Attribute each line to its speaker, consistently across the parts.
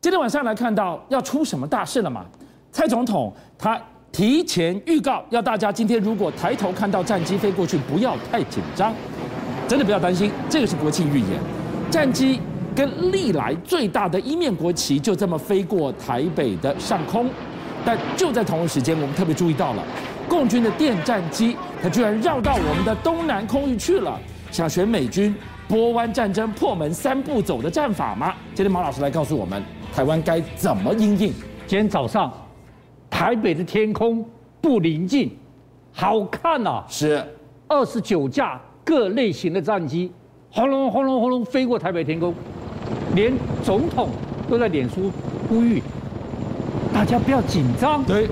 Speaker 1: 今天晚上来看到要出什么大事了嘛？蔡总统他提前预告，要大家今天如果抬头看到战机飞过去，不要太紧张，真的不要担心，这个是国庆预演。战机跟历来最大的一面国旗就这么飞过台北的上空，但就在同一时间，我们特别注意到了，共军的电战机它居然绕到我们的东南空域去了，想学美军波湾战争破门三步走的战法吗？今天马老师来告诉我们，台湾该怎么应应。
Speaker 2: 今天早上，台北的天空不宁静，好看啊！
Speaker 1: 是
Speaker 2: 二十九架各类型的战机，轰隆轰隆轰隆飞过台北天空，连总统都在脸书呼吁大家不要紧张，
Speaker 1: 对，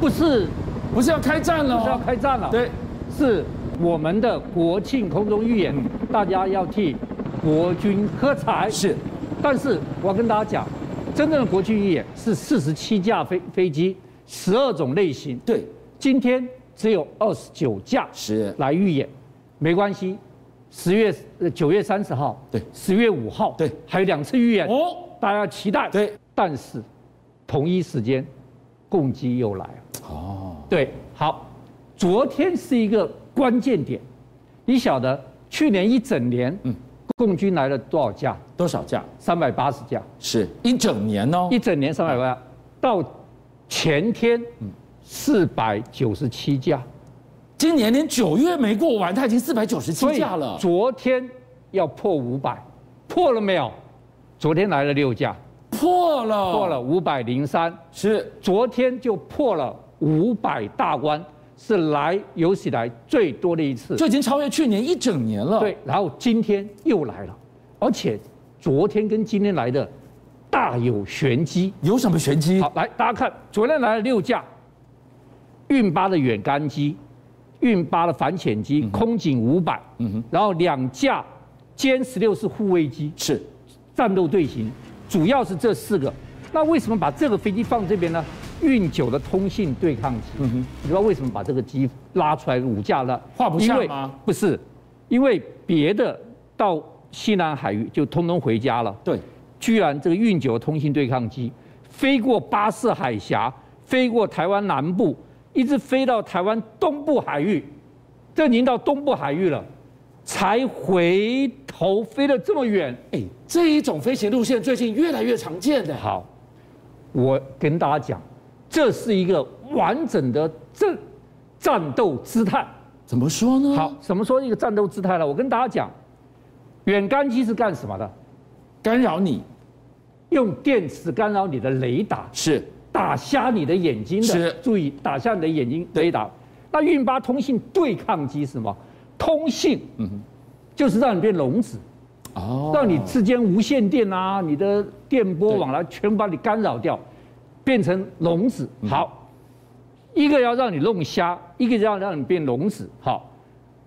Speaker 2: 不是
Speaker 1: 不是要开战了、哦
Speaker 2: 不是要开战了，啊
Speaker 1: 对，
Speaker 2: 是我们的国庆空中预
Speaker 1: 嗯
Speaker 2: 演，大家要替国军喝彩。
Speaker 1: 是，
Speaker 2: 但是我要跟大家讲，真正的国庆预演是四十七架飞飞机，十二种类型。
Speaker 1: 对，
Speaker 2: 今天只有二十九架
Speaker 1: 是
Speaker 2: 来预演，没关系。十月呃九月三十号，
Speaker 1: 对
Speaker 2: 十月五号，
Speaker 1: 对
Speaker 2: 还有两次预演
Speaker 1: 哦
Speaker 2: 哦，大家期待。
Speaker 1: 对，
Speaker 2: 但是同一时间，共机又来了。
Speaker 1: 哦，
Speaker 2: 对，好，昨天是一个关键点，你晓得去年一整年，嗯，共军来了多少架？
Speaker 1: 多少架？
Speaker 2: 三百八十架，
Speaker 1: 是一整年哦
Speaker 2: 一，整年三百八，到前天，
Speaker 1: 嗯
Speaker 2: 四百九十七架，
Speaker 1: 今年连九月没过完，它已经四百九十七架了。
Speaker 2: 昨天要破五百，破了没有？昨天来了六架，
Speaker 1: 破了，
Speaker 2: 破了，五百零三，
Speaker 1: 是
Speaker 2: 昨天就破了五百大关，是来有史以来最多的一次。
Speaker 1: 就已经超越去年一整年了。
Speaker 2: 对，，然后今天又来了，而且昨天跟今天来的大有玄机。
Speaker 1: 有什么玄机？
Speaker 2: 好，来大家看，昨天来了六架运八的远干机，运八的反潜机，空警五百，然后两架歼十六式护卫机，
Speaker 1: 是
Speaker 2: 战斗队形主要是这四个。那为什么把这个飞机放这边呢？运九的通信对抗机，
Speaker 1: 嗯
Speaker 2: 你知道为什么把这个机拉出来五架呢？
Speaker 1: 画不下吗
Speaker 2: 因为不是，因为别的到西南海域就通通回家了。
Speaker 1: 对，
Speaker 2: 居然这个运九通信对抗机飞过巴士海峡，飞过台湾南部，一直飞到台湾东部海域，这已经到东部海域了，才回头飞了这么远。
Speaker 1: 哎，这一种飞行路线最近越来越常见的。
Speaker 2: 好，我跟大家讲，这是一个完整的战战斗姿态。
Speaker 1: 怎么说呢？
Speaker 2: 好，，什么说一个战斗姿态呢？我跟大家讲，远干机是干什么的？
Speaker 1: 干扰你
Speaker 2: 用电磁干扰你的雷达，
Speaker 1: 是
Speaker 2: 打瞎你的眼睛的。
Speaker 1: 是
Speaker 2: 注意打瞎你的眼睛雷达。那运八通信对抗机是什么？通信，就是让你变聋子。
Speaker 1: 哦，
Speaker 2: 让你之间无线电啊，你的电波往来全部把你干扰掉，变成聋子。
Speaker 1: 嗯
Speaker 2: 好，一个要让你弄瞎，一个要让你变聋子。好，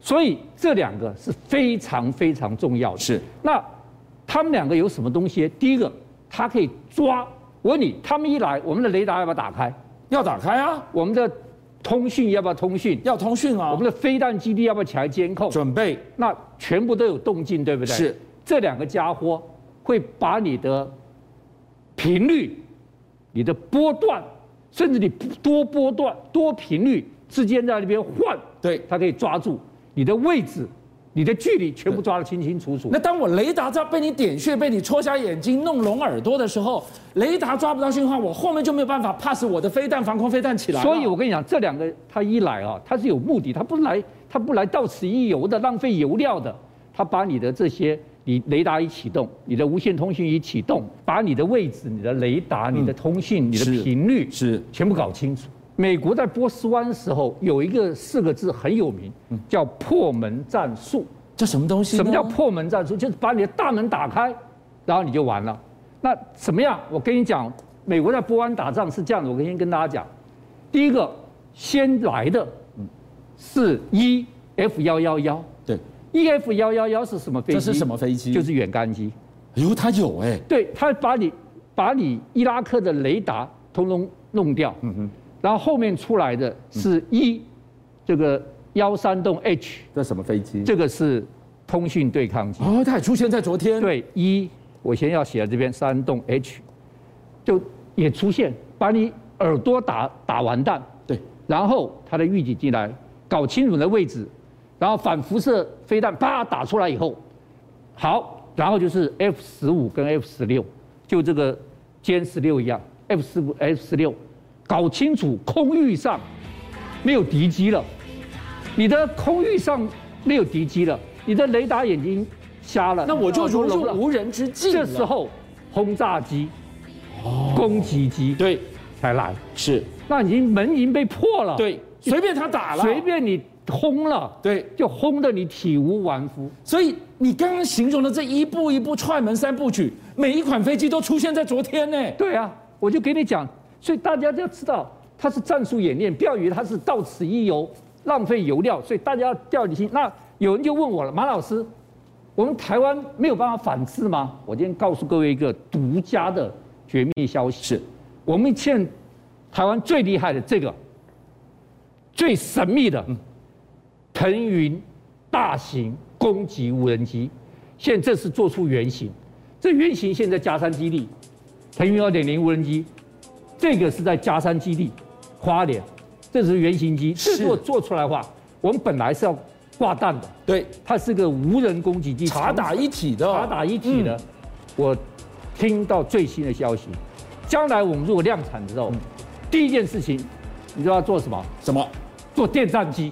Speaker 2: 所以这两个是非常非常重要的。
Speaker 1: 是，
Speaker 2: 那他们两个有什么东西？第一个，它可以抓。我问你，他们一来，我们的雷达要不要打开？
Speaker 1: 要打开啊，
Speaker 2: 我们的通讯要不要通讯？
Speaker 1: 要通讯啊，
Speaker 2: 我们的飞弹基地要不要起来监控？
Speaker 1: 准备
Speaker 2: 那全部都有动静，对不对？
Speaker 1: 是，
Speaker 2: 这两个家伙会把你的频率、你的波段，甚至你多波段、多频率之间在那边换，
Speaker 1: 对
Speaker 2: 它可以抓住你的位置、你的距离，全部抓得清清楚楚
Speaker 1: 那。当我雷达在被你点穴、被你戳瞎眼睛、弄聋耳朵的时候，雷达抓不到讯号，我后面就没有办法 pass 我的飞弹、防空飞弹起来了。
Speaker 2: 所以我跟你讲，这两个他一来啊，他是有目的，他不来，他不来到此一游的，浪费油料的。他把你的这些，你雷达一启动，你的无线通讯一启动，把你的位置、你的雷达、你的通讯、你的
Speaker 1: 是
Speaker 2: 频率
Speaker 1: 是
Speaker 2: 全部搞清楚。美国在波斯湾时候有一个四个字很有名，
Speaker 1: 嗯
Speaker 2: 叫破门战术。
Speaker 1: 这什么东西呢？
Speaker 2: 什么叫破门战术？就是把你的大门打开，然后你就完了。那怎么样？我跟你讲，美国在波湾打仗是这样的，我先跟大家讲，第一个先来的是 E F 幺幺幺
Speaker 1: 对，
Speaker 2: ，E F 幺幺幺是什么飞机？
Speaker 1: 这是什么飞机
Speaker 2: 就是远干机。
Speaker 1: 哟，它有哎、
Speaker 2: 对，他把你把你伊拉克的雷达通通弄掉，
Speaker 1: 嗯
Speaker 2: 然后后面出来的是 E 这个幺三栋 H，
Speaker 1: 这啊什么飞机？
Speaker 2: 这个是通讯对抗机。
Speaker 1: 哦，它也出现在昨天。，
Speaker 2: 对，一我先要写在这边山洞 H，就也出现，把你耳朵打打完蛋，
Speaker 1: 对，
Speaker 2: 然后它的预警进来，搞清楚你的位置，然后反辐射飞弹啪打出来以后，好，然后就是 F 十五跟 F 十六，就这个歼十六一样，F 十五、F 十六，搞清楚空域上没有敌机了，你的空域上没有敌机了，你的雷达眼睛瞎了，
Speaker 3: 那我就
Speaker 2: 说
Speaker 3: 如入无人之境
Speaker 2: 这
Speaker 3: 了。哦
Speaker 2: 时候轰炸机、攻击机
Speaker 1: 对，
Speaker 2: 才来，
Speaker 1: 是，
Speaker 2: 那已经门已经被破了，，
Speaker 1: 对，啊随便他打了，
Speaker 2: 随便你轰了，
Speaker 1: 对，
Speaker 2: 就轰得你体无完肤。
Speaker 1: 所以你刚刚形容的这一步一步踹门三部曲，每一款飞机都出现在昨天呢。
Speaker 2: 对啊，我就给你讲，所以大家要知道它是战术演练，不要以为它是到此一游，浪费油料。所以大家要掉以轻。那有人就问我了，马老师，我们台湾没有办法反制吗？我今天告诉各位一个独家的绝密消息，是我们现在台湾最厉害的这个最神秘的嗯腾云大型攻击无人机，现在这是做出原型，这原型现在加山基地。腾云二点零无人机，这个是在嘉山基地，花莲，这是原型机。这
Speaker 1: 是
Speaker 2: 如果做出来的话，我们本来是要挂弹的，
Speaker 1: 对，
Speaker 2: 它是个无人攻击机，
Speaker 1: 查打嗯一体的，
Speaker 2: 查打一体的。我听到最新的消息，将来我们如果量产之后，
Speaker 1: 嗯
Speaker 2: 第一件事情，你知道要做什么？
Speaker 1: 什么
Speaker 2: 做电战机，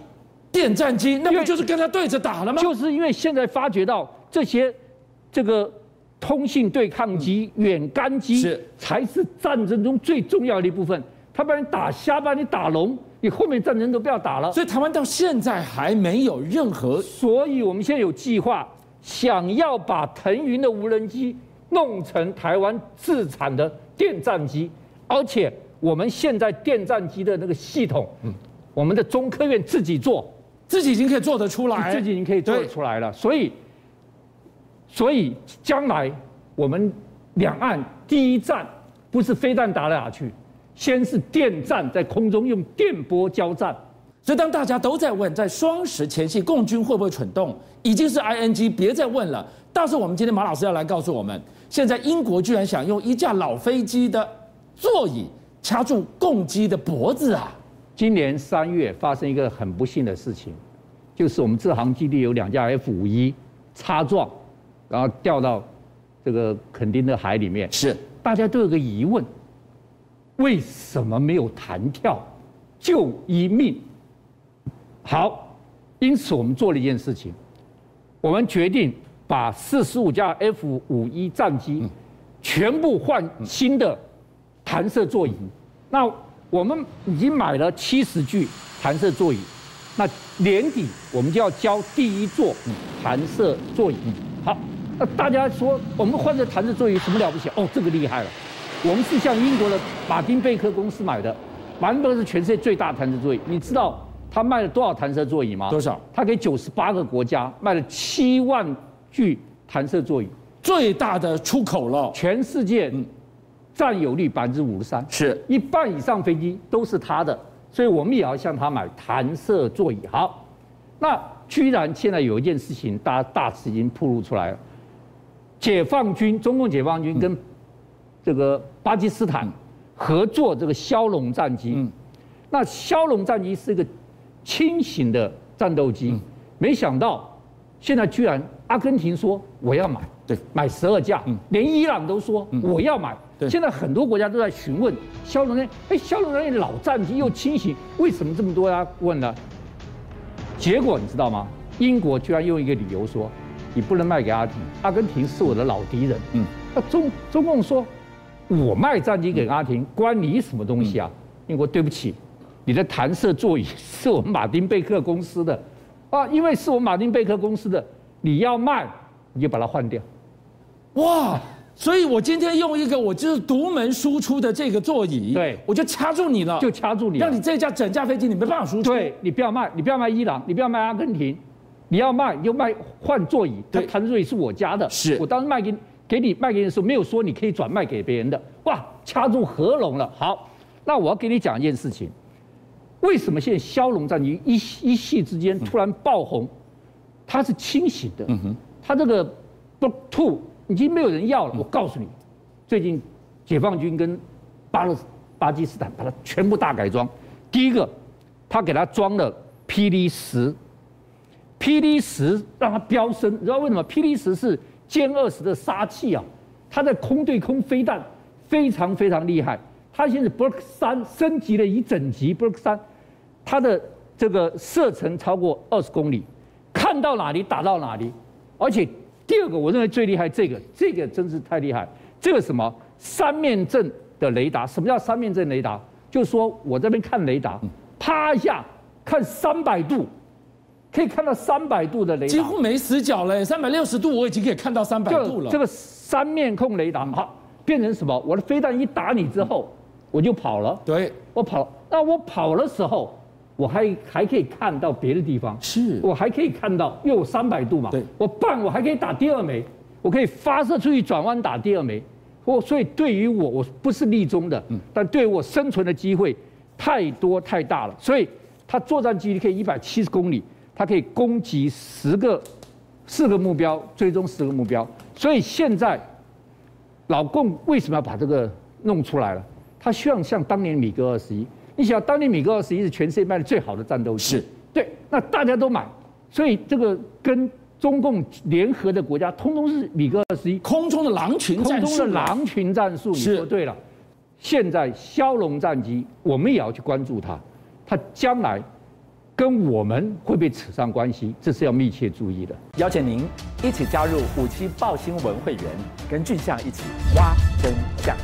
Speaker 1: 电战机，那
Speaker 2: 因
Speaker 1: 不
Speaker 2: 为
Speaker 1: 就是跟他对着打了吗？
Speaker 2: 就是因为现在发觉到这些这个通信对抗机、远干机
Speaker 1: 嗯是
Speaker 2: 才是战争中最重要的一部分。他把你打瞎，把你打聋，你后面战争都不要打了。
Speaker 1: 所以台湾到现在还没有任何
Speaker 2: 所以我们现在有计划，想要把腾云的无人机弄成台湾自产的电战机，而且我们现在电战机的那个系统，
Speaker 1: 嗯
Speaker 2: 我们的中科院自己做。
Speaker 1: 自己已经可以做得出来，
Speaker 2: 你自己已经可以做得
Speaker 1: 对
Speaker 2: 出来了。所以，所以将来我们两岸第一站不是飞弹打来打去，先是电战在空中用电波交战。
Speaker 1: 所以当大家都在问，在双十前夕共军会不会蠢动，已经是 ing，别再问了。但是我们今天马老师要来告诉我们，现在英国居然想用一架老飞机的座椅掐住共机的脖子啊！
Speaker 2: 今年三月发生一个很不幸的事情，就是我们自航基地有两架 F 五一擦撞，然后掉到这个垦丁的海里面。
Speaker 1: 是
Speaker 2: 大家都有个疑问：为什么没有弹跳救一命？好，因此我们做了一件事情，我们决定把四十五架 F 五一战机
Speaker 1: 嗯
Speaker 2: 全部换新的弹射座
Speaker 1: 嗯
Speaker 2: 椅。那我们已经买了七十具弹射座椅，那年底我们就要交第一座
Speaker 1: 嗯
Speaker 2: 弹射座椅。好，那大家说我们换这弹射座椅有什么了不起？哦，这个厉害了，我们是向英国的马丁贝克公司买的，马丁贝克是全世界最大的弹射座椅，你知道他卖了多少弹射座椅吗？
Speaker 1: 多少？
Speaker 2: 他给九十八个国家卖了七万具弹射座椅，
Speaker 1: 最大的出口了，
Speaker 2: 全世界占有率百分之五十三，
Speaker 1: 是
Speaker 2: 一半以上飞机都是他的，所以我们也要向他买弹射座椅。好，那居然现在有一件事情，大家大事已经暴露出来了，解放军，中共解放军跟这个巴基斯坦合作这个枭龙战机。
Speaker 1: 嗯
Speaker 2: 那枭龙战机是一个轻型的战斗机，
Speaker 1: 嗯
Speaker 2: 没想到现在居然阿根廷说我要买，
Speaker 1: 对，嗯
Speaker 2: 买十二架，连伊朗都说我要买。
Speaker 1: 对
Speaker 2: 现在很多国家都在询问枭龙战，哎，枭龙战机老战机又轻型，为什么这么多呀？问呢？结果你知道吗？英国居然用一个理由说，你不能卖给阿根廷，阿根廷是我的老敌人。
Speaker 1: 嗯，
Speaker 2: 那中中共说，我卖战机给阿廷，关你什么东西
Speaker 1: 嗯
Speaker 2: 啊？英国对不起，你的弹射座椅 是我们马丁贝克公司的，啊，因为是我们马丁贝克公司的，你要卖你就把它换掉。
Speaker 1: 哇！所以我今天用一个我就是独门输出的这个座椅，
Speaker 2: 对
Speaker 1: 我就掐住你了，
Speaker 2: 就掐住你了
Speaker 1: 让你这架整架飞机你没办法输出。
Speaker 2: 对你不要卖，你不要卖伊朗，你不要卖阿根廷，你要卖你就卖换座椅。它
Speaker 1: 对
Speaker 2: 弹座椅是我家的，
Speaker 1: 是
Speaker 2: 我当时卖给你给你卖给你的时候，没有说你可以转卖给别人的。哇，掐住合拢了。好，那我要给你讲一件事情，为什么现在骁龙战机一一夕之间突然爆红？它是清醒的，它这个 Block Two 已经没有人要了。我告诉你，最近解放军跟巴勒斯巴基斯坦把它全部大改装。第一个，他给它装了霹雳十，PD 十让它飙升，你知道为什么？PD 十是歼二十的杀器啊，它的空对空飞弹非常非常厉害。它现在 Block 三升级了一整级，Block 三，它的这个射程超过二十公里，看到哪里打到哪里。而且第二个，我认为最厉害这个，这个真是太厉害。这个什么三面阵的雷达？什么叫三面阵雷达？就是说我这边看雷达，
Speaker 1: 嗯
Speaker 2: 啪一下看三百度。可以看到三百度的雷达，
Speaker 1: 几乎没死角了，三百六十度我已经可以看到三百度了。嗯
Speaker 2: 这个三面控雷达，好，变成什么？我的飞弹一打你之后，我就跑了。
Speaker 1: 对，
Speaker 2: 我跑，那我跑的时候，我还还可以看到别的地方，
Speaker 1: 是
Speaker 2: 我还可以看到，因为我三百度嘛，
Speaker 1: 对
Speaker 2: 我半我还可以打第二枚，我可以发射出去转弯打第二枚。我所以对于我，我不是立中
Speaker 1: 嗯
Speaker 2: 的，但对于我生存的机会太多太大了，所以它作战距离可以一百七十公里，它可以攻击十个四个目标，追踪十个目标。所以现在老共为什么要把这个弄出来了？他希望像当年米格二十一，你想当年米格二十一是全世界卖的最好的战斗机，
Speaker 1: 是
Speaker 2: 对，那大家都买，所以这个跟中共联合的国家，通通是米格二十一，
Speaker 1: 空中的狼群
Speaker 2: 空
Speaker 1: 战
Speaker 2: 中
Speaker 1: 术啊
Speaker 2: 的
Speaker 1: 嘛，
Speaker 2: 狼群战术。你
Speaker 1: 是
Speaker 2: 说对了，现在骁龙战机我们也要去关注它，它将来跟我们会被扯上关系，这是要密切注意的。
Speaker 3: 邀请您一起加入五七报新闻会员，跟俊相一起挖真相。